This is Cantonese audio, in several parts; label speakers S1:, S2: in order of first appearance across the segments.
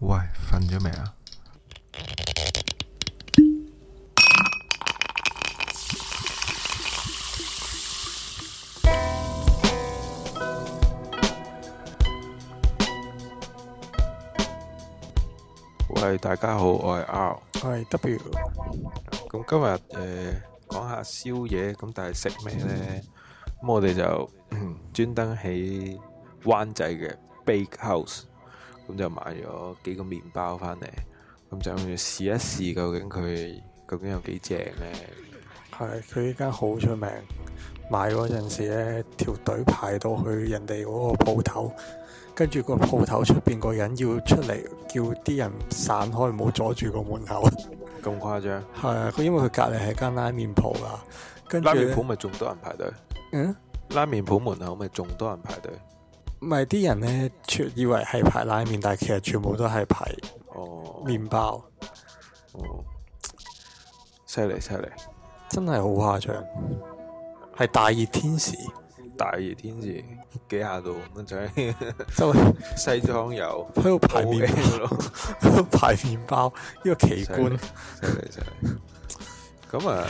S1: 喂，瞓咗未啊？
S2: 喂，大家好，我係 R。
S3: 係 W，
S2: 咁今日诶讲下宵夜，咁但係食咩呢？咁我哋 就嗯專登喺灣仔嘅 Bake House，咁就買咗幾個麵包翻嚟，咁就試一試究竟佢究竟有幾正呢？
S3: 係佢依家好出名。買嗰陣時咧，條隊排到去人哋嗰個鋪頭，跟住個鋪頭出邊個人要出嚟，叫啲人散開，唔好阻住個 門口。
S2: 咁誇張？
S3: 係啊，佢因為佢隔離係間拉麵鋪啦，跟住
S2: 拉麵
S3: 呢
S2: 鋪咪仲多人排隊，
S3: 嗯，
S2: 拉麵鋪門口咪仲多人排隊。
S3: 唔係啲人咧，全以為係排拉麵，但係其實全部都係排
S2: 哦，
S3: 麵包，
S2: 哦，犀利犀利，
S3: 真係好誇張，係大熱天時
S2: 大熱天時幾下度咁樣仔。
S3: 就喺
S2: 西裝有
S3: 度排麵包。
S2: 面咯，
S3: 排麵包呢個奇觀，
S2: 犀利犀利。咁啊，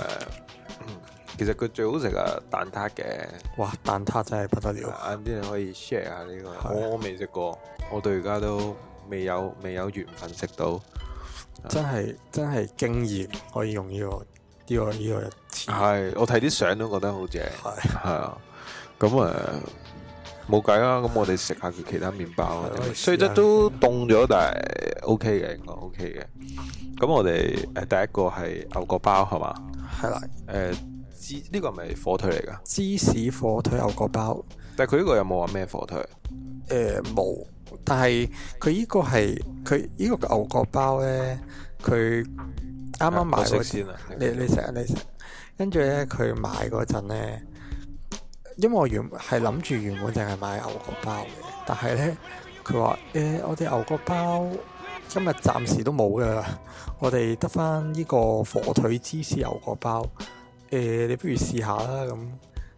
S2: 嗯其實佢最好食啊蛋撻嘅，
S3: 哇！蛋撻真係不得了，
S2: 晏啊啲你可以 share 下呢
S3: 係
S2: 個。我我未食過，我到而家都未有未有緣分食到。
S3: 真係真係驚豔，可以用呢、個呢、個呢、個詞
S2: 係，我睇啲相都覺得好正。
S3: 係
S2: 係啊，咁啊冇計啦，咁我哋食下佢其他麵包啊
S3: 係我哋試。下
S2: 雖則都凍咗，但係 OK 嘅，應該 OK 嘅。咁我哋誒第一個係牛角包係嘛？
S3: 係啦，
S2: 誒芝呢個係咪火腿嚟㗎？
S3: 芝士火腿牛角包，
S2: 但係佢呢個有冇話咩火腿？
S3: 誒、冇，但係佢呢個係佢呢個牛角包咧，佢啱啱買
S2: 我食
S3: 嗰
S2: 先啊！
S3: 你你食啊你食，跟住咧佢買嗰陣咧，因為我原係諗住原本淨係買牛角包嘅，但係咧佢話誒我哋牛角包今日暫時都冇㗎啦，我哋得翻呢個火腿芝士牛角包，誒、你不如試下啦咁。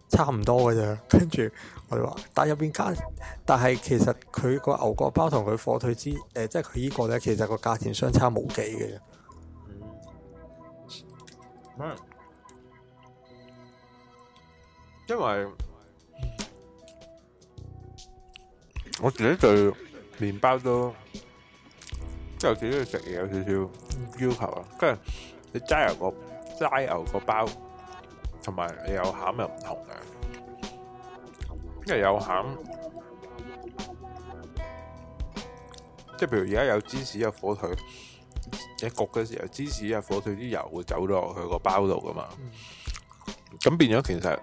S3: 差唔多嘅啫，跟住我哋話，但入邊加，但係其實佢個牛角包同佢火腿芝，誒、即係佢呢個咧，其實個價錢相差無幾嘅啫。
S2: 嗯因為我自己對麵包都即係我自己對食嘢有少少要求啊，跟住你齋牛個齋牛個包，同埋你有餡又唔同嘅，因為有餡，即係譬如而家有芝士有火腿。你焗嘅時候，芝士啊、火腿啲油會走咗落去個包度噶嘛，咁變咗其實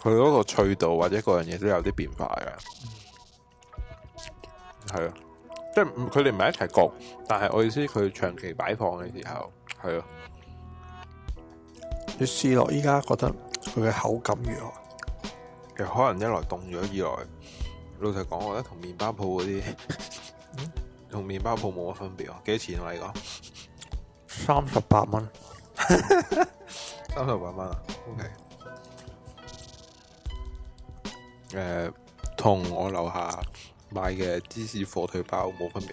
S2: 佢嗰個脆度或者嗰樣嘢都有啲變化嘅，係啊，即係唔佢哋唔係一齊焗，但係我意思佢長期擺放嘅時候，係啊，
S3: 你試落依家覺得佢嘅口感如何？
S2: 其實可能一來凍咗，二來老實講，我覺得同麵包鋪嗰啲同麵包鋪冇乜分別啊，幾多錢啊？你講
S3: 三十八蚊，
S2: 三十八蚊啊？OK，誒、同我樓下買嘅芝士火腿包冇分別。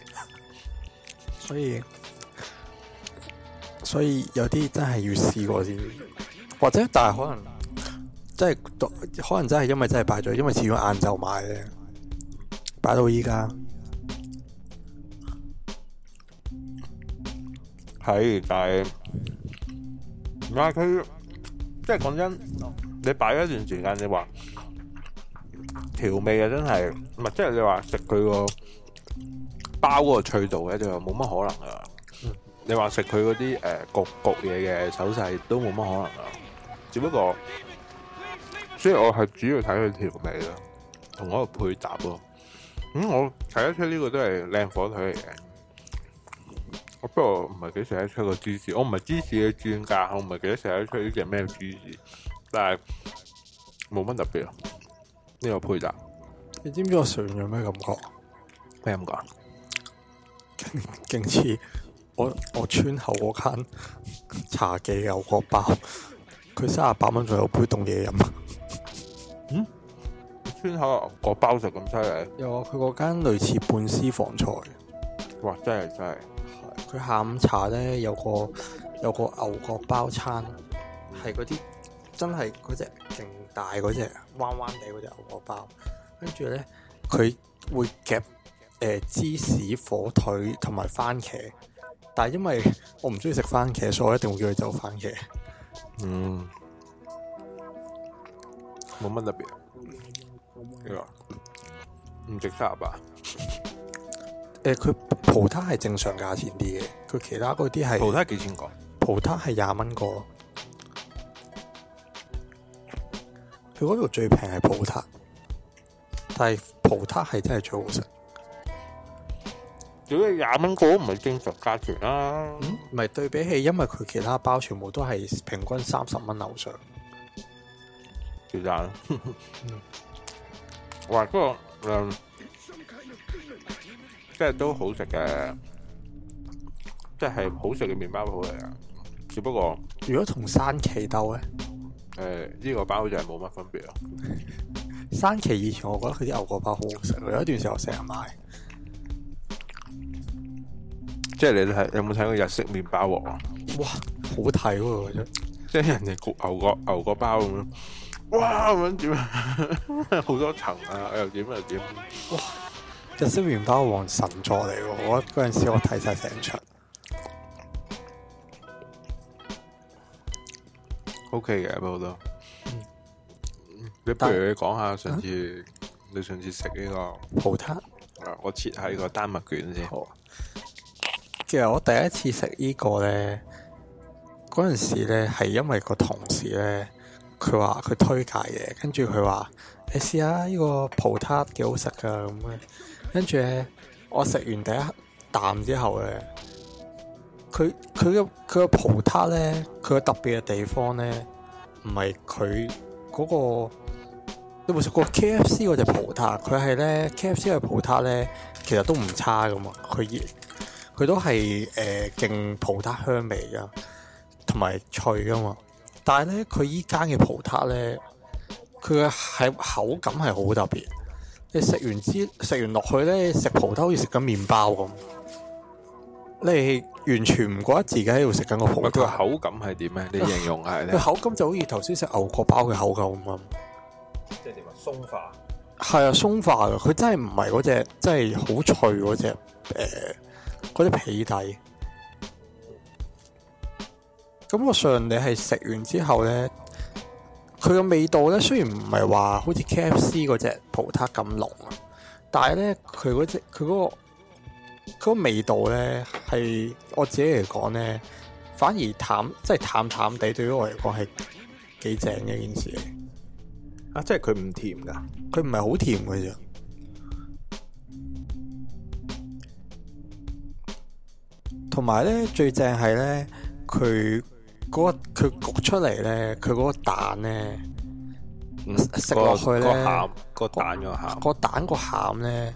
S3: 所以所以有啲真係要試過先，或者但係可能真係可能真係因為真係擺咗，因為始終晏晝買咧，擺到依家
S2: 係，但係唔係佢，即係講真，你擺一段時間，你話調味啊，真係唔係，即係你話食佢個包嗰個脆度咧，就冇乜可能啊。你話食佢嗰啲誒焗焗嘢嘅手勢都冇乜可能啊。只不過，所以我係主要睇佢調味啦，同嗰個配搭咯。咁、我睇得出呢個都係靚火腿嚟嘅。我不過唔係幾食得出個芝士，我唔係芝士嘅專家，我唔係幾食得出呢只咩芝士，但係冇乜特別咯。呢、個配搭
S3: 你知唔知我食完有咩感覺？
S2: 咩咁講？
S3: 勁似我我村口嗰間茶記牛角包，佢三十八蚊仲有杯凍嘢飲。
S2: 村口個包食咁犀利，
S3: 有啊，佢嗰間類似半私房菜，
S2: 哇！真係真係，
S3: 佢下午茶咧有個有個牛角包餐，係嗰啲真係嗰只勁大嗰只彎彎地嗰只牛角包，跟住咧佢會夾誒、呃芝士火腿同埋番茄，但係因為我唔中意食番茄，所以我一定會叫佢走番茄。
S2: 嗯，冇乜特別。呢個唔值三十啊！
S3: 誒呃佢葡撻係正常價錢啲嘅，佢其他嗰啲
S2: 葡
S3: 係
S2: 撻幾錢個？
S3: 葡撻係廿蚊個咯。佢嗰度最平係葡撻，但係葡撻係真係最好食。
S2: 屌你廿蚊個都唔係正常價錢啦！
S3: 唔係對比起，因為佢其他包全部都係平均三十蚊樓上。
S2: 條蛋，哇！嗰、個誒，即係都好食嘅，即係好食嘅麵包鋪嚟嘅。只不過
S3: 如果同山崎鬥咧，
S2: 誒，呢、個包就係冇乜分別咯。
S3: 山崎以前我覺得佢啲牛角包好好食，有一段時候我成日買。
S2: 即係你睇有冇睇過日式麵包王啊？
S3: 哇，好睇喎嗰張
S2: 即係 人哋焗牛角牛角包咁樣，哇咁樣點 啊？好多層啊，又點又點？
S3: 日式麵包王神作嚟喎！我嗰陣時我睇晒成場。
S2: O K 嘅，不過都。你不如你講下上次你上次食呢個
S3: 葡撻，
S2: 啊，我切喺個丹麥卷先。
S3: 好。其實我第一次食呢個咧，嗰陣時咧係因為個同事咧，佢話佢推介嘅，跟住佢話你試下呢個葡撻幾好食噶咁咧，跟住咧我食完第一啖之後咧，佢佢嘅佢個葡撻咧，佢個特別嘅地方咧，唔係佢嗰個。你有冇食過 K F C 嗰只葡撻？佢係咧 K F C 嘅葡撻咧，其實都唔差噶嘛。佢熱佢都係誒勁葡撻香味噶，同埋脆噶嘛。但係咧，佢依間嘅葡撻咧，佢嘅係口感係好特別。你食完之食完落去咧，食葡撻好似食緊麵包咁，你完全唔覺得自己喺度食緊個葡
S2: 喂，佢個
S3: 撻。
S2: 口感係點咧？你形容下
S3: 佢
S2: 咧。
S3: 口感就好似頭先食牛角包嘅口感咁啊。
S2: 即係點啊？鬆化。
S3: 係啊，鬆化嘅，佢真係唔係嗰只，真係好脆嗰只，誒、嗰只皮底。咁我上你係食完之後咧，佢嘅味道咧雖然唔係話好似 K F C 嗰只葡撻咁濃啊，但係咧佢嗰只佢嗰個嗰、個味道咧係我自己嚟講咧，反而淡，即係淡淡地，對於我嚟講係幾正嘅一件事嚟。
S1: 啊，即係佢唔甜㗎。
S3: 佢唔係好甜嘅啫。同埋咧，最正係咧，佢嗰、個佢焗出嚟咧，佢嗰個蛋咧，食落去咧
S2: 嗯個餡，個蛋個餡。
S3: 個蛋個餡咧，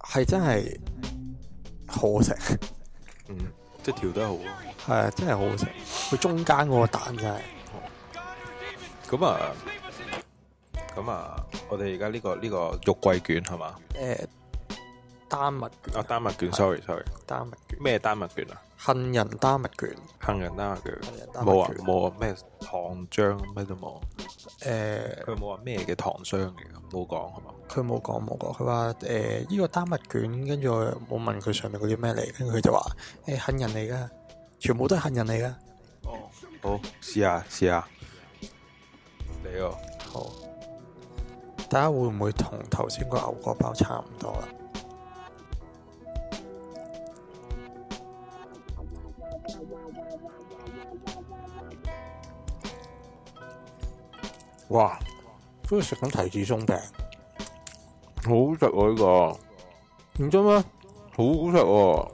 S3: 係真係好好食，
S2: 嗯，即係調得好咯。
S3: 係啊真係好好食。佢中間嗰個蛋真係，
S2: 咁啊，咁啊，我哋而家呢個呢個肉桂卷係嘛？
S3: 誒、丹麥卷
S2: 啊，丹麥卷，sorry sorry，
S3: 丹麥卷，
S2: 咩丹麥卷啊？
S3: 杏仁丹麥卷，
S2: 杏仁丹麥卷。
S3: 杏仁丹麥卷
S2: 冇啊冇啊，咩糖漿咩都冇。
S3: 誒、
S2: 佢冇話咩嘅糖霜嘅，冇講係嘛？
S3: 佢冇講冇講，佢話誒呢個丹麥卷，跟住我我問佢上面嗰啲咩嚟，跟住佢就話誒杏仁嚟噶，全部都係杏仁嚟噶。
S2: 好，試下試下，你喎，
S3: 好，大家會唔會同頭先個牛角包差唔多啊啦？
S2: 哇，
S3: 都似食緊提子鬆餅，
S2: 好好食喎呢個，
S3: 認真咩？
S2: 好好食喎，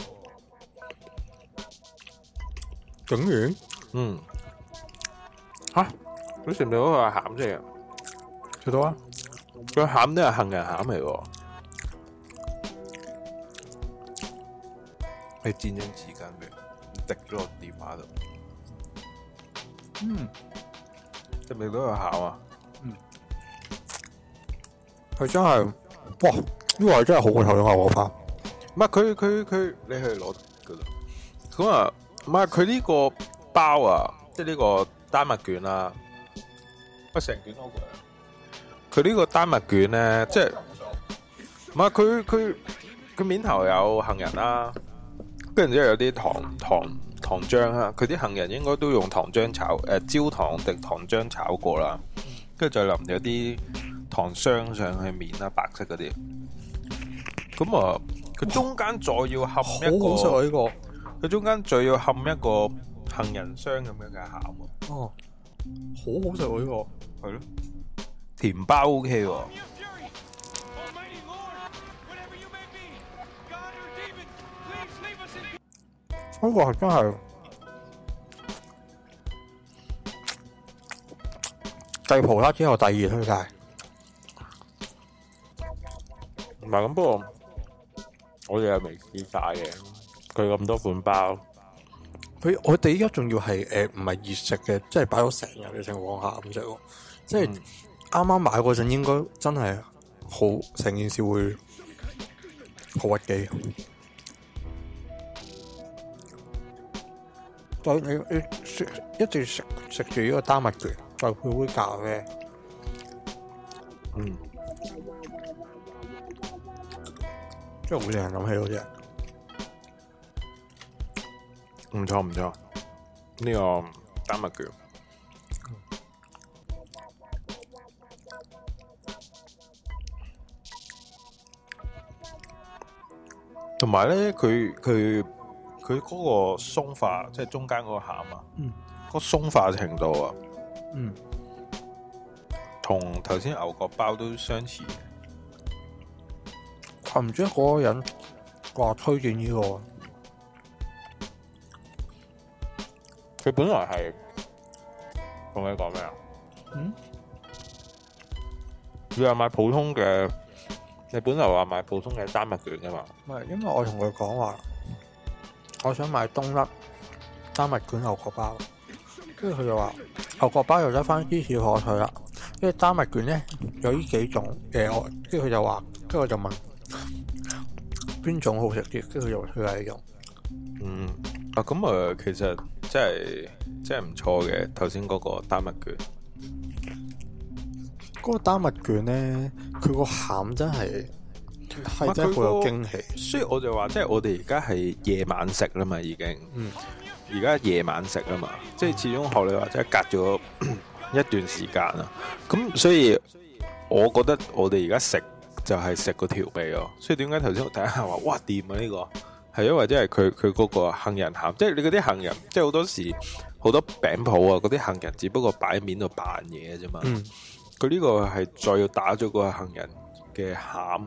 S3: 整完
S2: 嗯，吓、你食唔食到佢嘅餡先？
S3: 食到啊！
S2: 佢餡都係杏仁餡嚟喎，你煎張紙巾俾我，滴咗落電話度，嗯，食唔食到佢餡啊？
S3: 啊佢真係，哇！呢個係真係好過頭先牛角包。
S2: 唔係佢佢佢，你去攞噶啦。咁啊，唔係佢呢個包啊，即係呢個丹麥卷啊，乜成卷啊多過佢呢個丹麥卷咧，即係唔係佢佢佢面頭有杏仁啦、跟住之後有啲糖糖糖漿啦，佢啲杏仁應該都用糖漿炒，誒、焦糖定糖漿炒過啦，跟住再淋咗啲糖霜上去面啦，白色嗰啲。咁啊，佢中間再要含
S3: 好
S2: 一
S3: 好食
S2: 個，
S3: 啊呢個。
S2: 佢中間再要含一個杏仁霜咁樣嘅餡喎，
S3: 哦，好好食喎呢個，
S2: 係咯，甜包 OK 喎，
S3: 呢個係真係繼葡撻之後第二推介，
S2: 唔係咁，不過我哋又未試晒嘅，佢咁多款包。
S3: 佢我哋依家仲要係誒唔係熱食嘅，即係擺咗成日嘅情況下咁食喎，即係
S2: 嗯
S3: 啱啱買嗰陣應該真係好成件事會好屈機。再你你食一直食食住呢個丹麥卷，再配杯咖啡，
S2: 嗯，
S3: 真係好令人諗起嗰只。
S2: 唔錯唔錯，呢、個丹麥卷。同埋咧，佢佢佢嗰個鬆化，即係中間嗰個餡啊，
S3: 嗯
S2: 個鬆化程度啊，
S3: 嗯，
S2: 同頭先牛角包都相似嘅。
S3: 我啊唔知嗰個人話推薦呢、個。
S2: 佢本來係同你講咩啊？
S3: 嗯，
S2: 你話買普通嘅，你本來話買普通嘅丹麥卷啊噶嘛？
S3: 唔係，因為我同佢講話，我想買冬甩丹麥卷牛角包，跟住佢就話牛角包又得翻芝士火腿啦，跟住丹麥卷咧有呢幾種誒，我跟住佢就話，跟住我就問邊種好食啲，跟住佢就推介呢種。
S2: 嗯，啊咁啊、呃其實真係真係唔錯嘅。頭先嗰個丹麥卷，
S3: 嗰、個丹麥卷咧，佢個餡真係係真係好有驚喜，
S2: 所以我就話，即係我哋而家係夜晚食啦嘛，已經。
S3: 嗯。
S2: 而家夜晚食啊嘛，即係始終學你話，即係隔咗 一段時間啊。咁所以，我覺得我哋而家食就係食個調味咯。所以點解頭先我睇下話，哇掂啊呢個，係因為即係佢佢嗰個杏仁餡，即係你嗰啲杏仁，即係好多時好多餅鋪啊，嗰啲杏仁只不過擺面度扮嘢啫嘛。
S3: 嗯，
S2: 佢呢個係再要打咗個杏仁嘅餡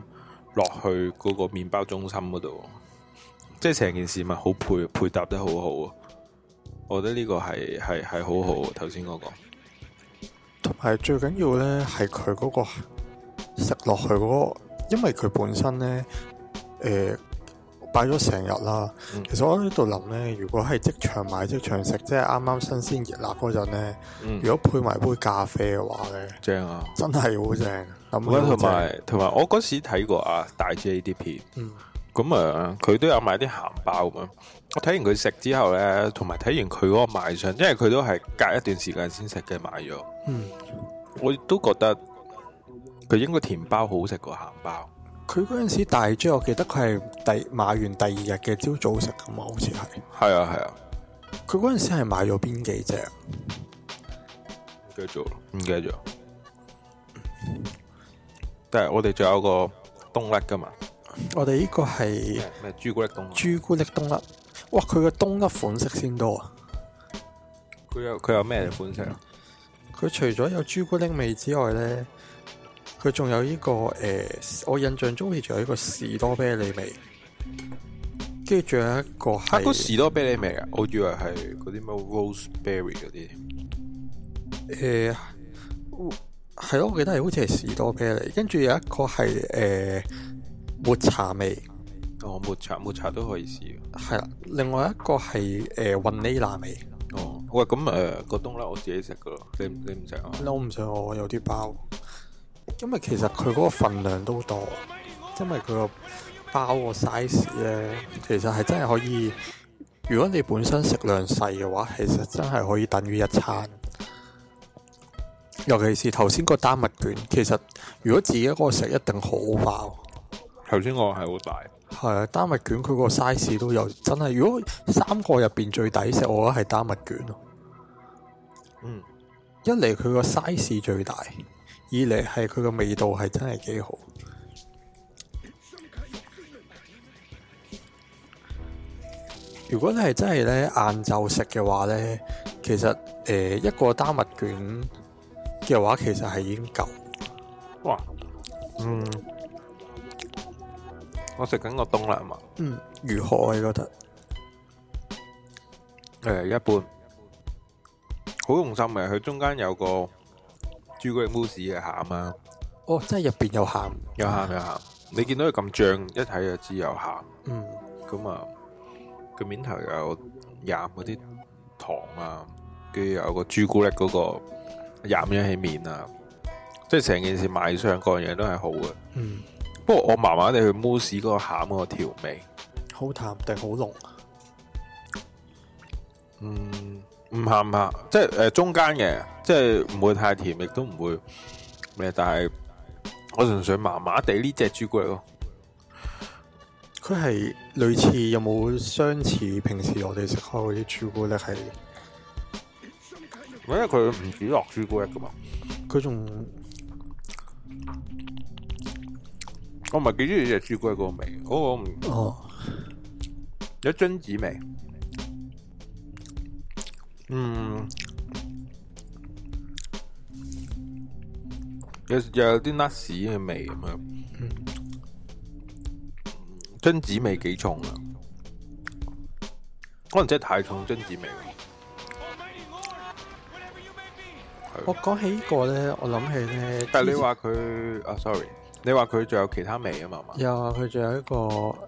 S2: 落去嗰個麵包中心嗰度，即係成件事咪好配配搭得好好啊！我覺得呢個係係係好好啊頭先嗰個，
S3: 同埋最緊要咧係佢嗰個食落去嗰、個，因為佢本身咧誒擺咗成日啦。
S2: 嗯
S3: 其實我喺度諗咧，如果係即場買即場食，即係啱啱新鮮熱辣嗰陣咧，
S2: 嗯，
S3: 如果配埋杯咖啡嘅話咧，
S2: 正啊！
S3: 真係好正。諗
S2: 咁
S3: 起都
S2: 同
S3: 正
S2: 埋同埋，我嗰時睇過啊大 J 啲片，
S3: 嗯
S2: 咁啊佢都有買啲鹹包咁樣。我睇完佢食之後咧，同埋睇完佢嗰個賣相，因為佢都係隔一段時間先食嘅買咗，
S3: 嗯，
S2: 我亦都覺得佢應該甜包好食過鹹包。
S3: 佢嗰陣時大隻，我記得佢係第買完第二日嘅朝早食噶嘛，好似係。
S2: 係啊係啊。
S3: 佢嗰陣時係買咗邊幾隻？
S2: 繼續，唔嗯繼續。但係我哋仲有個冬甩噶嘛？
S3: 我哋呢個係。
S2: 咩咩朱古力冬甩？
S3: 朱古力冬甩，哇！佢嘅冬甩款式先多啊！
S2: 佢有佢有咩款式啊？
S3: 佢除咗有朱古力味之外咧，佢仲有呢、個诶、我印象中好似仲有一個士多啤梨味，跟住仲有一個
S2: 啊，嗰
S3: 係
S2: 士多啤梨味啊！我以為係嗰啲咩 roseberry 嗰啲。
S3: 诶呃係咯，我記得係好似係士多啤梨，跟住有一個係诶、誒抹茶味，
S2: 哦，抹茶抹茶都可以試。
S3: 係啦，另外一個係诶雲呢拿味，
S2: 哦，喂，咁誒個冬甩我自己食噶咯，你唔你唔食啊？
S3: 我唔想我有啲包，因為其實佢嗰個份量都多，因為佢個包個 size 咧，其實係真係可以。如果你本身食量細嘅話，其實真係可以等於一餐。尤其是頭先個丹麥卷，其實如果自己一個食一定好飽。
S2: 頭先我係好大，
S3: 係啊，丹麥卷佢個 size 都有，真係如果三個入邊最抵食，我覺得係丹麥卷咯。
S2: 嗯，
S3: 一嚟佢個 size 最大，二嚟係佢個味道係真係幾好。如果你係真係咧晏晝食嘅話咧，其實誒、呃一個丹麥卷嘅話，其實係已經夠。
S2: 哇，嗯，我食緊個東啦嘛，
S3: 嗯，如何你覺得？
S2: 誒一半，好用心嘅，佢中間有個朱古力 mousse 嘅餡啊，
S3: 哦，即係入邊有鹹，
S2: 有餡有餡，你見到佢咁醬，一睇就知有餡。
S3: 嗯，
S2: 咁啊，佢面頭有染嗰啲糖啊，跟住有個朱古力嗰個染咗喺面啊，即係成件事賣相各樣嘢都係好嘅。
S3: 嗯，
S2: 不過我麻麻地去 mousse 嗰個餡嗰個調味，
S3: 好淡定好濃。啊
S2: 嗯，唔鹹唔鹹，即係誒、呃中間嘅，即係唔會太甜，亦都唔會咩，但係我純粹麻麻地呢只朱古力咯。
S3: 佢係類似有冇相似平時我哋食開嗰啲朱古力係？
S2: 因為佢唔止落朱古力噶嘛，
S3: 佢仲
S2: 我唔係幾中意只朱古力嗰個味，嗰、個唔
S3: 哦
S2: 有榛子味。嗯，有又有啲 nuts 嘅味咁樣。榛子味幾重啊？可能真係太重榛子味啦。
S3: 我講起呢個咧，我諗起咧，
S2: 但係你話佢啊，sorry，你話佢仲有其他味啊嘛？係嘛
S3: 有啊佢仲有一個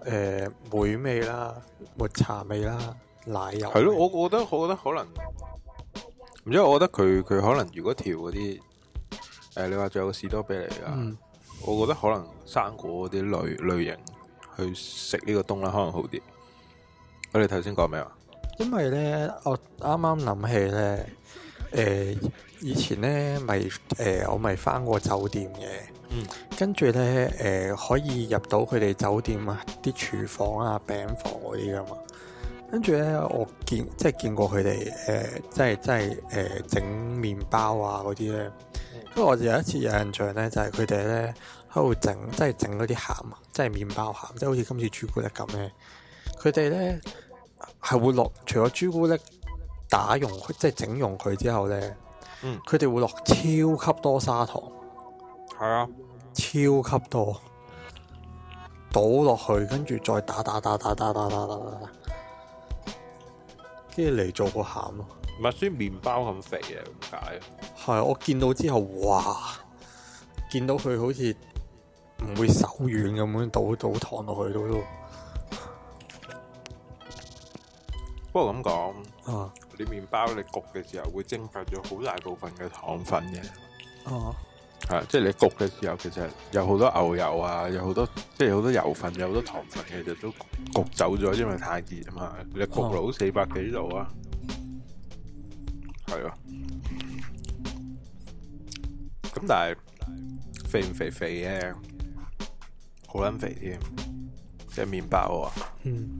S3: 誒梅味啦、抹茶味啦、奶油
S2: 係咯，我我覺得我覺得可能唔知，我覺得佢佢可能如果調嗰啲誒，你話仲有個士多啤梨啊。
S3: 嗯
S2: 我覺得可能生果嗰啲類類型去食呢個冬啦，可能好啲。我哋頭先講咩啊？
S3: 因為咧，我啱啱諗起咧，誒、以前咧咪誒我咪翻過酒店嘅，
S2: 嗯，
S3: 跟住咧誒可以入到佢哋酒店啊啲廚房啊餅房嗰啲噶嘛，跟住咧我見即係見過佢哋誒即係即係誒整麵包啊嗰啲咧，因為我有一次有印象咧就係佢哋咧喺度整即係整嗰啲餡啊，即係麵包餡，即係好似今次朱古力咁咧，佢哋咧。係會落除咗朱古力打溶佢，即係整溶佢之後咧，
S2: 嗯
S3: 佢哋會落超級多砂糖，
S2: 係啊，
S3: 超級多，倒落去，跟住再打打打打打打打打打，跟住嚟做個餡咯。
S2: 麥酸麵包咁肥嘅，點解？啊
S3: 係我見到之後，哇！見到佢好似唔會手軟咁樣倒倒糖落去都都
S2: 不過咁講，
S3: 啊
S2: 你麵包你焗嘅時候會蒸發咗好大部分嘅糖分嘅，
S3: 啊
S2: 係啊即係你焗嘅時候其實有好多牛油啊，有好多即係好多油分，有好多糖分，其實都焗走咗，因為太熱啊嘛。你
S3: 哦
S2: 焗到四百幾度啊，係啊。咁但係肥唔肥肥嘅，好撚肥添，即係麵包啊，
S3: 嗯。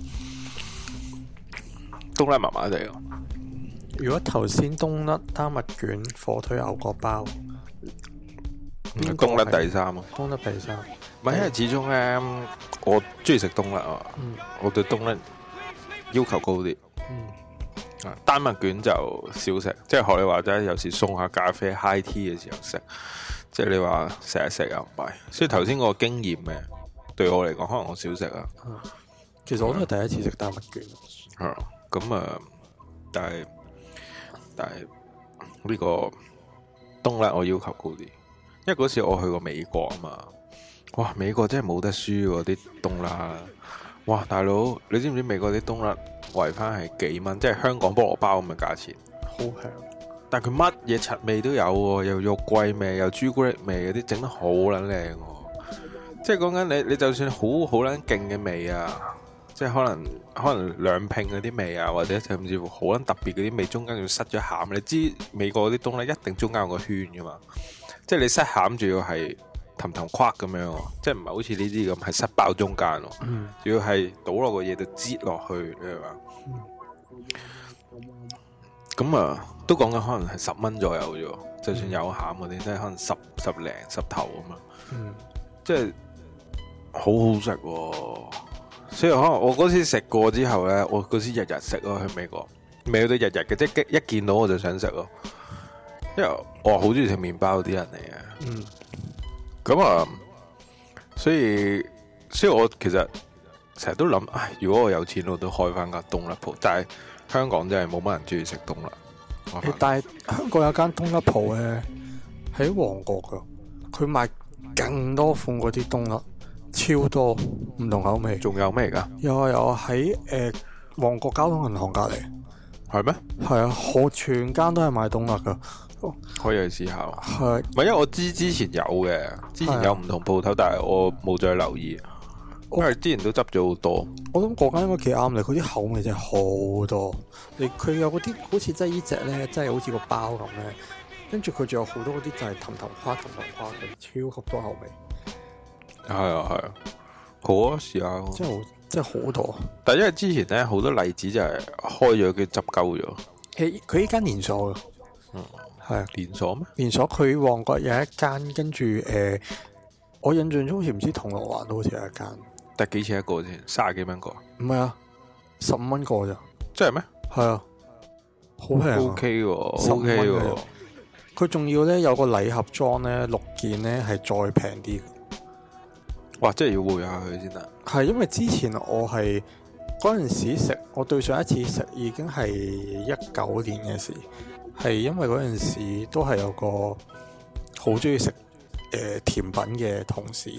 S2: 都拉麻麻地啊。
S3: 如果頭先冬甩丹麥卷、火腿牛角包，邊個
S2: 冬甩
S3: 嗯係
S2: 第三啊！
S3: 冬甩皮衫，
S2: 唔係，因為始終咧，我中意食冬甩啊，
S3: 嗯
S2: 我對冬甩要求高啲。
S3: 嗯
S2: 啊丹麥卷就少食，即係學你話齋，有時送下咖啡 high tea 嘅時候食，即係你話成日食又唔係。所以頭先嗰個經驗嘅，對我嚟講，可能我少食啊，
S3: 啊其實我都係第一次食丹麥卷，
S2: 係啊咁啊，但係但係呢個冬甩我要求高啲，因為嗰次我去過美國啊嘛，哇美國真係冇得輸喎啲冬甩，哇大佬你知唔知美國啲冬甩圍翻係幾蚊，即係香港菠蘿包咁嘅價錢。
S3: 好香。
S2: 但佢乜嘢柒味都有喎，又肉桂味，又朱古力味嗰啲，整得好撚靚喎。即係講緊你，你就算好好撚勁嘅味啊，即係可能可能兩拼嗰啲味啊，或者甚至乎好撚特別嗰啲味，中間仲塞咗餡。你知美國嗰啲冬咧一定中間有個圈噶嘛，即係你塞餡仲要係氹氹框咁樣喎，即係唔係好似呢啲咁係塞爆中間喎，
S3: 嗯
S2: 仲要係倒落個嘢度擠落去，你明嘛？咁啊，都講緊可能係十蚊左右啫喎，就算有餡嗰啲，即係可能十十零十頭咁樣。
S3: 嗯
S2: 即係好好食喎。所以可能我嗰次食過之後咧，我嗰次日日食咯，去美國未去到日日嘅，即係一見到我就想食咯。因為我好中意食麵包啲人嚟
S3: 嗯
S2: 嘅，咁啊，所以所以我其實成日都諗，唉，如果我有錢，我都開翻間東粒鋪。但係香港真係冇乜人中意食東粒，我發
S3: 誒
S2: 覺
S3: 但係香港有間冬甩鋪咧，喺旺角噶，佢賣勁多款嗰啲冬甩，超多唔同口味。
S2: 仲有咩㗎？
S3: 有啊有啊，喺誒、旺角交通銀行隔離，
S2: 係咩？
S3: 係啊，好全間都係賣冬甩噶，
S2: 可以去試下喎。
S3: 係
S2: 唔係，因為我知之前有嘅，之前有唔同鋪頭，但係我冇再留意，
S3: 哦
S2: 因為之前都執咗好多。
S3: 我諗嗰間應該幾啱你，佢啲口味真係好多。你佢有嗰啲好似真係呢只咧，真係好似個包咁咧。跟住佢仲有好多嗰啲就係氹氹花、氹氹花嘅，超級多口味，
S2: 係啊，係啊，好啊，試下咯。
S3: 真係好真係好多。
S2: 但係因為之前咧好多例子就係開咗佢執鳩咗，
S3: 佢佢依間連鎖嘅，係啊
S2: 連鎖咩？
S3: 連鎖。佢旺角有一間，跟住誒，我印象中好似唔知銅鑼灣都好似有一間，
S2: 但係幾錢一個先？三十幾蚊個啊，
S3: 唔係啊，十五蚊個咋，
S2: 真係咩
S3: 係啊，好平啊。
S2: ？O K 喎
S3: 十五
S2: ，O
S3: 蚊
S2: K
S3: 嘅
S2: 喎
S3: 啫，佢仲要咧有個禮盒裝咧六件咧係再平啲嘅。
S2: 哇！真係要回下佢先得。
S3: 係因為之前我係嗰陣時食，我對上一次食已經係一九年嘅事，係因為嗰陣時都係有個好中意食誒甜品嘅同事，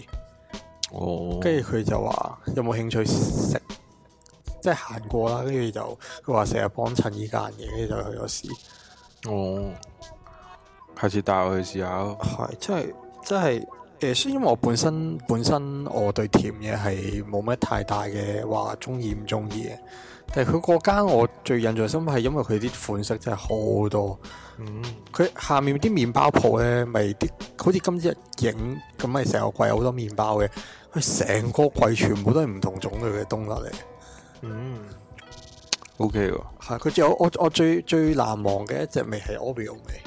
S2: 哦，
S3: 跟住佢就話有冇興趣食，即係行過啦，跟住就佢話成日幫襯呢間嘢，跟住就去咗試，
S2: 哦，下次帶我去試下咯。
S3: 係真係真係。誒，雖然因為我本身本身我對甜嘢係冇乜太大嘅話中意唔中意嘅，但係佢嗰間我最印象深刻係因為佢啲款式真係好多，
S2: 嗯，
S3: 佢下面啲麵包鋪咧，咪啲好似今日影咁咪成個櫃有好多麵包嘅，佢成個櫃全部都係唔同種類嘅冬甩嚟嘅。
S2: 嗯，O K 喎，
S3: 係，佢仲有我我最最難忘嘅一隻味係 Oreo 味，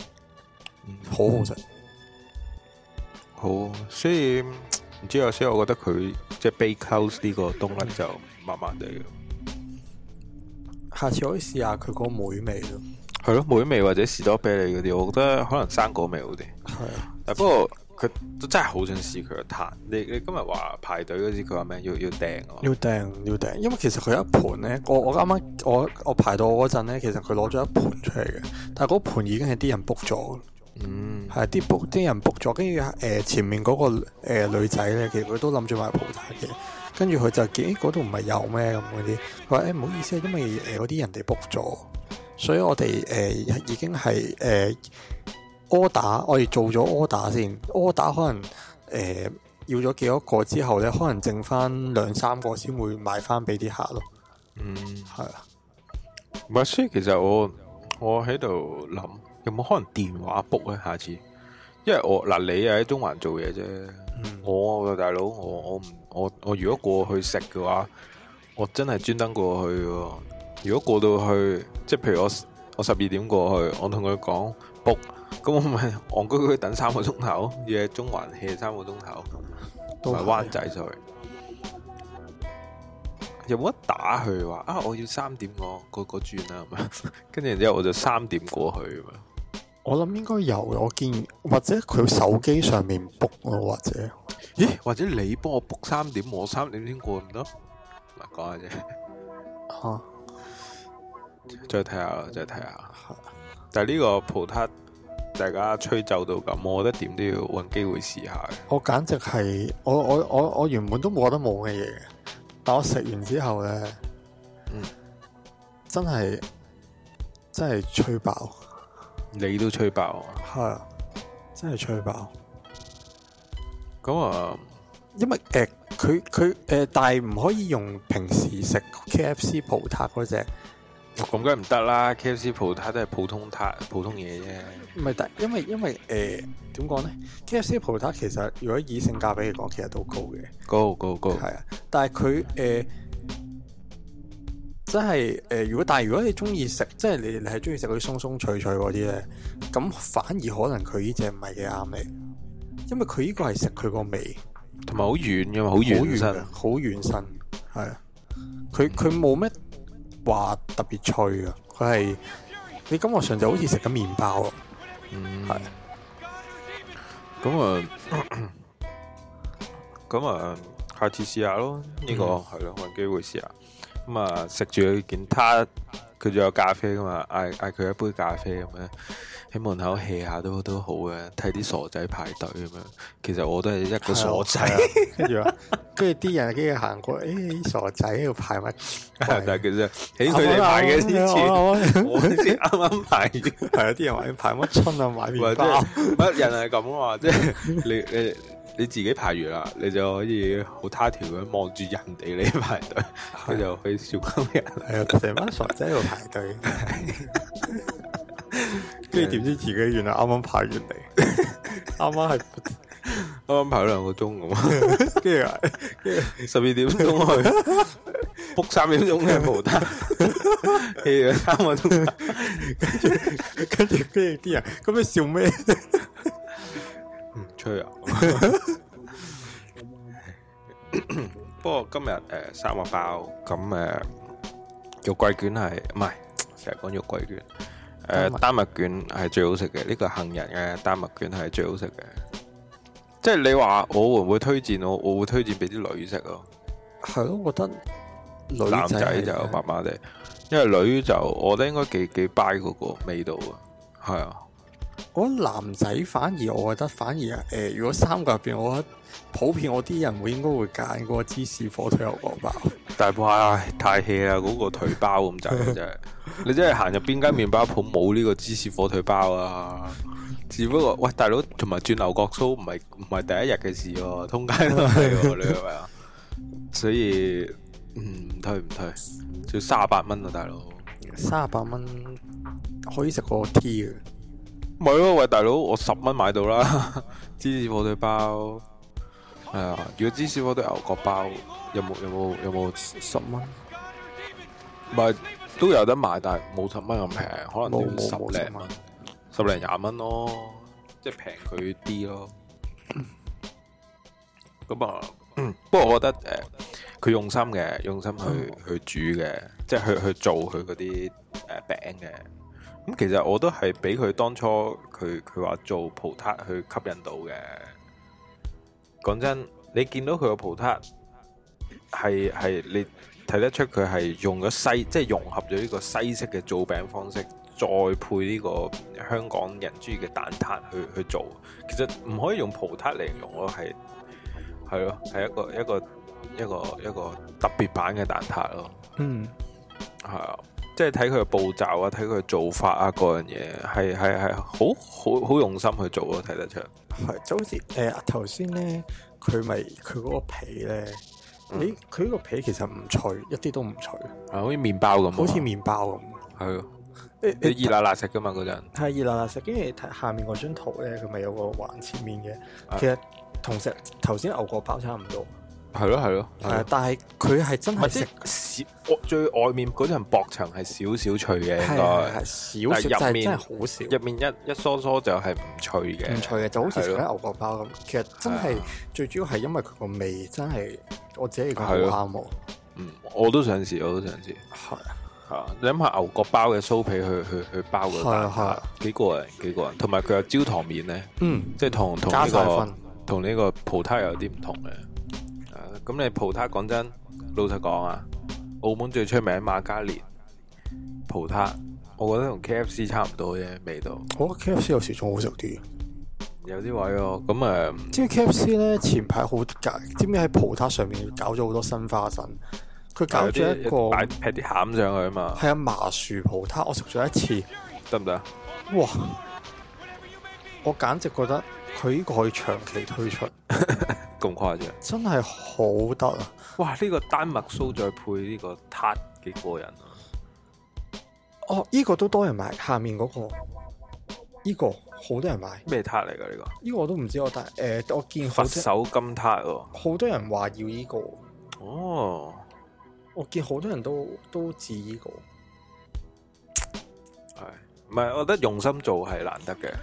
S2: 嗯
S3: 好好食。
S2: 好，啊所以唔知啊，所以我覺得佢即係 bake house 呢個冬甩就麻麻地嘅，
S3: 下次可以試下佢個梅味咯。
S2: 係咯，梅味或者士多啤梨嗰啲，我覺得可能生果味好 啲。
S3: 係啊，
S2: 但不過佢都真係好想試佢嘅攤。你你今日話排隊嗰時，佢話咩要要訂啊？
S3: 要訂要訂，因為其實佢一盤咧，我我啱啱我我排到嗰陣咧，其實佢攞咗一盤出嚟嘅，但係嗰盤已經係啲人 book 咗。
S2: 嗯，
S3: 係啲 book 啲人 book 咗，跟住誒前面嗰、個、呃、女仔咧，其實佢都諗住買葡撻嘅，跟住佢就見咦嗰度唔係有咩咁嗰啲，佢話哎誒唔好意思，啊因為誒嗰啲人哋 book 咗，所以我哋誒、呃已經係呃誒 order，我哋做咗 order 先，order 可能誒、呃要咗幾多個之後咧，可能剩翻兩三個先會賣翻俾啲客咯，
S2: 嗯，
S3: 係啊，
S2: 唔係，所以其實我我喺度諗，有冇可能電話 book 咧？下次，因為我嗱你係喺中環做嘢啫，
S3: 嗯，
S2: 我大佬我我唔我我如果過去食嘅話，我真係專登過去喎。如果過到去，即係譬如我我十二點過去，我同佢講 book，咁我咪戇居居等三個鐘頭，要喺中環 hea 三個鐘頭。
S3: 都
S2: 唔係
S3: 係
S2: 灣仔 sorry，有冇得打佢話啊？我要三點嗰嗰嗰轉啦，咁樣 跟住然之後我就三點過去咁樣。
S3: 我諗應該有嘅，我見或者佢手機上面 book 咯，或者。
S2: 咦？或者你幫我 book 三點，我三點先過唔得？唔係講下啫，
S3: 嚇
S2: 再睇 下咯，再睇下。但係呢個葡撻大家吹奏到咁，我覺得點都要揾機會試下嘅。
S3: 我簡直係我我我我原本都冇覺得冇嘅嘢嘅，但我食完之後咧，
S2: 嗯
S3: 真係真係吹爆，
S2: 你都吹爆啊！
S3: 係啊，真係吹爆。
S2: 咁啊，
S3: 因為誒佢佢誒，但係唔可以用平時食 K F C 葡撻嗰只，
S2: 咁梗係唔得啦，K F C 葡挞都係普通挞普通嘢啫。
S3: 唔係，但因為因為誒點講咧？K F C 葡撻其實如果以性價比嚟講，其實都高嘅，
S2: Go go go，
S3: 係啊。但係佢誒真係誒、呃如果但係如果你中意食，即係你你係中意食嗰啲鬆鬆脆脆嗰啲咧，咁反而可能佢呢只唔係幾啱你，因為佢呢個係食佢個味。
S2: 同埋好軟噶嘛，好
S3: 好
S2: 軟
S3: 軟
S2: 身
S3: 嘅，。好軟身，係啊。佢佢冇咩話特別脆啊，佢係你感覺上就好似食緊麵包啊咯，
S2: 嗯
S3: 係
S2: 咁啊， 咁啊，下次試下咯。呢個係咯，搵機會試下。咁啊，食住佢件他，佢仲有咖啡噶嘛？嗌嗌佢一杯咖啡咁樣喺門口 hea 下都都好嘅，睇啲傻仔排隊咁樣。其實我都係一啊個傻仔，？
S3: 跟住話啊跟住啲人跟住行過，誒、傻仔喺度排乜
S2: 但係其實喺
S3: 啱
S2: 佢哋
S3: 啱
S2: 排嘅之
S3: 啱
S2: 前，
S3: 啱
S2: 我先啱啱排嘅。
S3: 啊係啊！啲人話你排乜春啊，買
S2: 或者
S3: 麵包。
S2: 乜人係咁啊嘛，即係你你你自己排完啦，你就可以好他條咁望住人哋你排隊，佢就可以笑鳩人。
S3: 係啊，成班傻仔喺度排隊，跟住點知自己原來啱啱排完嚟， 啱啱係
S2: 啱啱排咗兩個鐘咁，啊
S3: 跟住話
S2: 十二點鐘去 book 三點鐘嘅無單，誒三個鐘頭。
S3: 跟住跟住啲人咁你笑咩？
S2: 唔吹 啊！不過今日誒、呃三個包咁誒、呃肉桂卷係唔係成日講肉桂卷？誒、
S3: 丹麥
S2: 丹麥卷係最好食嘅，呢個係杏仁嘅丹麥卷係最好食嘅。即係你話我會唔會推薦我？我會推薦俾啲女食咯，
S3: 係咯，我覺得女
S2: 男仔就麻麻地，因為女就我覺得應該幾幾 buy 嗰個味道啊，係啊。
S3: 我覺得男仔反而我覺得反而誒、呃如果三個入邊，我覺得普遍我啲人會應該會揀嗰個芝士火腿牛角包，
S2: 但係哇，太 hea 啦！嗰、個腿包咁滯，啊真係你真係行入邊間麵包鋪冇呢個芝士火腿包啊！只不過喂，大佬同埋轉牛角酥唔係唔係第一日嘅事喎、通街都係喎，你明唔明啊？所以嗯唔推唔推，仲要三十八蚊啊，大佬！唔
S3: 三十八蚊可以食個 T 嘅，
S2: 係咯，喂，大佬，我十蚊買到啦， 芝士火腿包係啊！如果芝士火腿牛角包有冇有冇有冇？
S3: 十蚊
S2: 唔係都有得賣，但係冇十蚊咁平，可能都
S3: 冇
S2: 要
S3: 冇冇
S2: 十
S3: 十
S2: 零
S3: 蚊
S2: 蚊，十零廿蚊咯，即係平佢啲咯。咁 啊，嗯不過我覺得誒，佢、用心嘅，用心去、去煮嘅，即係去去做佢嗰啲誒餅嘅。咁其實我都係俾佢當初佢佢話做葡撻去吸引到嘅。講真，你見到佢個葡撻係係你睇得出佢係用咗西，即係融合咗呢個西式嘅做餅方式，再配呢個香港人中意嘅蛋撻去去做。其實唔可以用葡撻嚟形容咯，係係咯，係一個一個一個一個特別版嘅蛋撻咯。
S3: 嗯，
S2: 係啊，即係睇佢嘅步驟啊，睇佢嘅做法啊，嗰樣嘢係係係好好好用心去做咯，睇得出。
S3: 係就好似誒頭先咧，佢咪佢嗰個皮咧，
S2: 嗯
S3: 你佢嗰個皮其實唔脆，一啲都唔脆，
S2: 啊，好似麵包咁，
S3: 好似麵包咁。
S2: 係咯，
S3: 誒
S2: 你熱辣辣食噶嘛嗰陣，
S3: 係熱辣辣食，跟住睇下面嗰張圖咧，佢咪有個橫切面
S2: 啊
S3: 嘅，其實同食頭先牛角包差唔多，
S2: 係咯係咯，
S3: 係啊，但係佢係真
S2: 咪
S3: 係
S2: 即
S3: 食
S2: 係少外最外面嗰層薄層係少少脆嘅，應
S3: 係
S2: 該
S3: 係係少少，
S2: 但係入
S3: 但係
S2: 面
S3: 真係好少，
S2: 入面一一疏疏就係唔脆嘅，
S3: 唔脆嘅，就好似食
S2: 係
S3: 緊
S2: 咯
S3: 牛角包咁。其實真係
S2: 係啊
S3: 最主要係因為佢個味真係我自己覺得好
S2: 係咯
S3: 啱我，
S2: 嗯，我都想試，我都想試。
S3: 係啊
S2: 係啊你諗下牛角包嘅酥皮去去去包個
S3: 係
S2: 蛋
S3: 啊係
S2: 撻
S3: 啊，
S2: 幾過癮幾過癮，同埋佢有焦糖面咧，
S3: 嗯，
S2: 即係同同
S3: 加
S2: 呢
S3: 晒
S2: 個
S3: 分。
S2: 同呢個葡撻有啲唔同嘅。啊咁你葡撻講真，老實講啊，澳門最出名馬加烈葡撻，我覺得同 K F C 差唔多啫，味道
S3: 我覺得 K F C 有時仲好食啲，
S2: 有啲位喎。咁啊誒
S3: 知唔知 K F C 咧前排好搞，知唔知喺葡撻上面搞咗好多新花神？佢搞
S2: 有
S3: 咗
S2: 啲
S3: 一個
S2: 擺劈啲餡上去啊嘛，
S3: 係啊麻薯葡撻，我食咗一次。
S2: 得唔得啊？
S3: 哇！我簡直覺得佢呢個可以長期推出，
S2: 咁誇張。
S3: 真係好得啊！
S2: 哇！呢、個丹麥酥再配呢個挞幾過癮啊！
S3: 哦，呢、個都多人買，下面嗰、個呢、個好多人買，
S2: 咩挞嚟㗎呢個？
S3: 呢、個我都唔知我，但係誒、我見好
S2: 佛
S3: 多
S2: 手金挞喎。
S3: 好多人話要呢、個，
S2: 哦，
S3: 我見好多人都都指呢、個。
S2: 係唔係？我覺得用心做係難得嘅，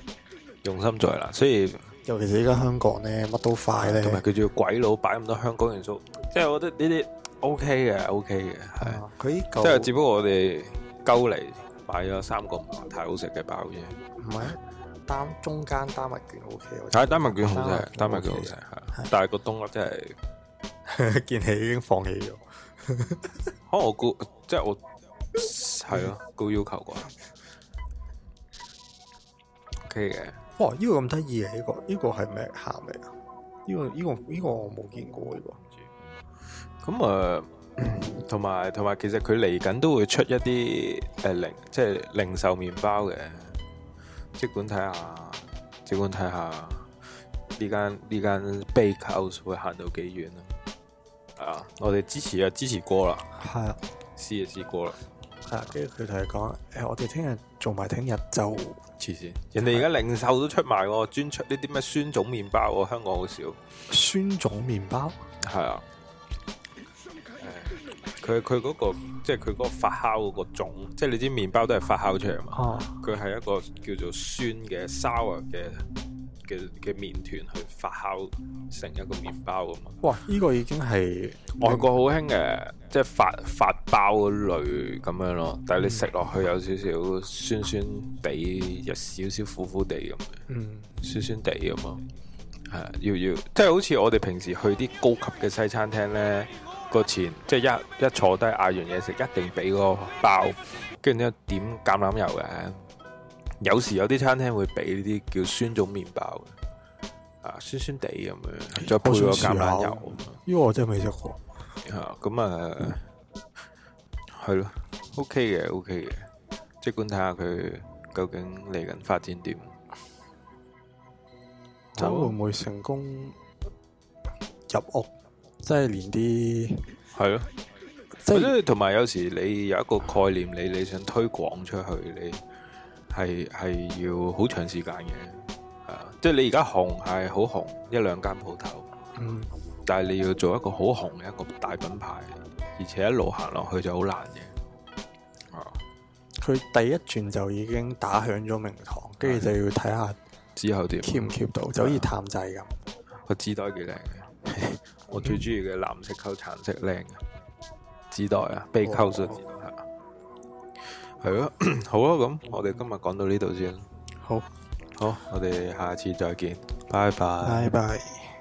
S2: 用心做係難，所以
S3: 尤其是而家香港咧，乜都快咧，
S2: 同埋佢仲要鬼佬擺咁多香港元素，即係我覺得呢啲 OK 嘅，OK 嘅係。
S3: 啊佢呢
S2: 即係
S3: 嚿
S2: 只不過我哋鳩嚟買咗三個唔係太好食嘅包啫。
S3: 唔係單中間單麥卷 O K，我
S2: 睇丹麥卷好食，丹
S3: 丹
S2: 麥
S3: 麥
S2: 卷
S3: 卷
S2: 好
S3: 好
S2: 食
S3: 食
S2: 係，但係個冬粒真係，
S3: 睇 見起已經放棄咗，
S2: 可能我高，即係我係咯高要求啩。OK 嘅，
S3: 哇！呢、個咁得意嘅呢個，呢、個係咩鹹嚟啊？呢、個呢、個呢、個我冇見過呢、個，
S2: 咁啊，誒同埋同埋，其實佢嚟緊都會出一啲誒零，即係零售麵包嘅。即管睇下，即管睇下呢間呢間 Bakehouse 會行到幾遠啦。係啊，我哋支持啊，支持過啦，
S3: 係啊
S2: 試就試過啦，
S3: 係啊，跟住佢同你講誒，我哋聽日做埋聽日就
S2: 黐線！人哋而家零售都出埋喎，專出呢啲咩酸種麵包喎，香港好少。
S3: 酸種麵包，
S2: 係啊，誒佢佢嗰個即係佢嗰個發酵嗰個種，即係你知麵包都係發酵出嚟嘛。
S3: 哦，
S2: 佢係一個叫做酸嘅 sour 嘅嘅嘅麵團去發酵成一個麵包咁嘛。啊
S3: 哇！呢、個已經係
S2: 外國好興嘅，即係發發包嗰類咁樣咯。但係你食落去有少少酸酸地，有少少苦苦地咁樣，
S3: 嗯
S2: 酸酸地咁咯。係啊要要，即係好似我哋平時去啲高級嘅西餐廳呢，個前即係一一坐低嗌完嘢食，一定俾個包，跟住呢點橄欖油嘅。有時有啲餐廳會俾呢啲叫酸種麵包嘅，啊酸酸地咁樣，再配個
S3: 我想
S2: 橄
S3: 試下
S2: 欖油咁樣。
S3: 呢、個我真係未食過，
S2: 啊，咁啊，係咯，OK 嘅，OK 嘅，即管睇下佢究竟嚟緊發展點。啊
S3: 睇下會唔會成功入屋，即係連啲
S2: 係咯，
S3: 即
S2: 或
S3: 係
S2: 者同埋有時你有一個概念，你你想推廣出去，你係係要好長時間嘅，係啊，即係你而家紅係好紅一兩間鋪頭，
S3: 嗯
S2: 但係你要做一個好紅嘅一個大品牌，而且一路行落去就好難嘅。啊，
S3: 佢第一轉就已經打響咗名堂，跟住就要睇下
S2: 之後點？
S3: keep 唔 keep 到，就好似探仔咁。
S2: 個紙袋幾靚嘅， 我最中意嘅藍色溝橙色靚嘅紙袋啊，被溝咗紙袋啊，係咯， 好啊，咁我哋今日講到呢度先，
S3: 好，
S2: 好，我哋下次再見，拜拜。
S3: 拜拜。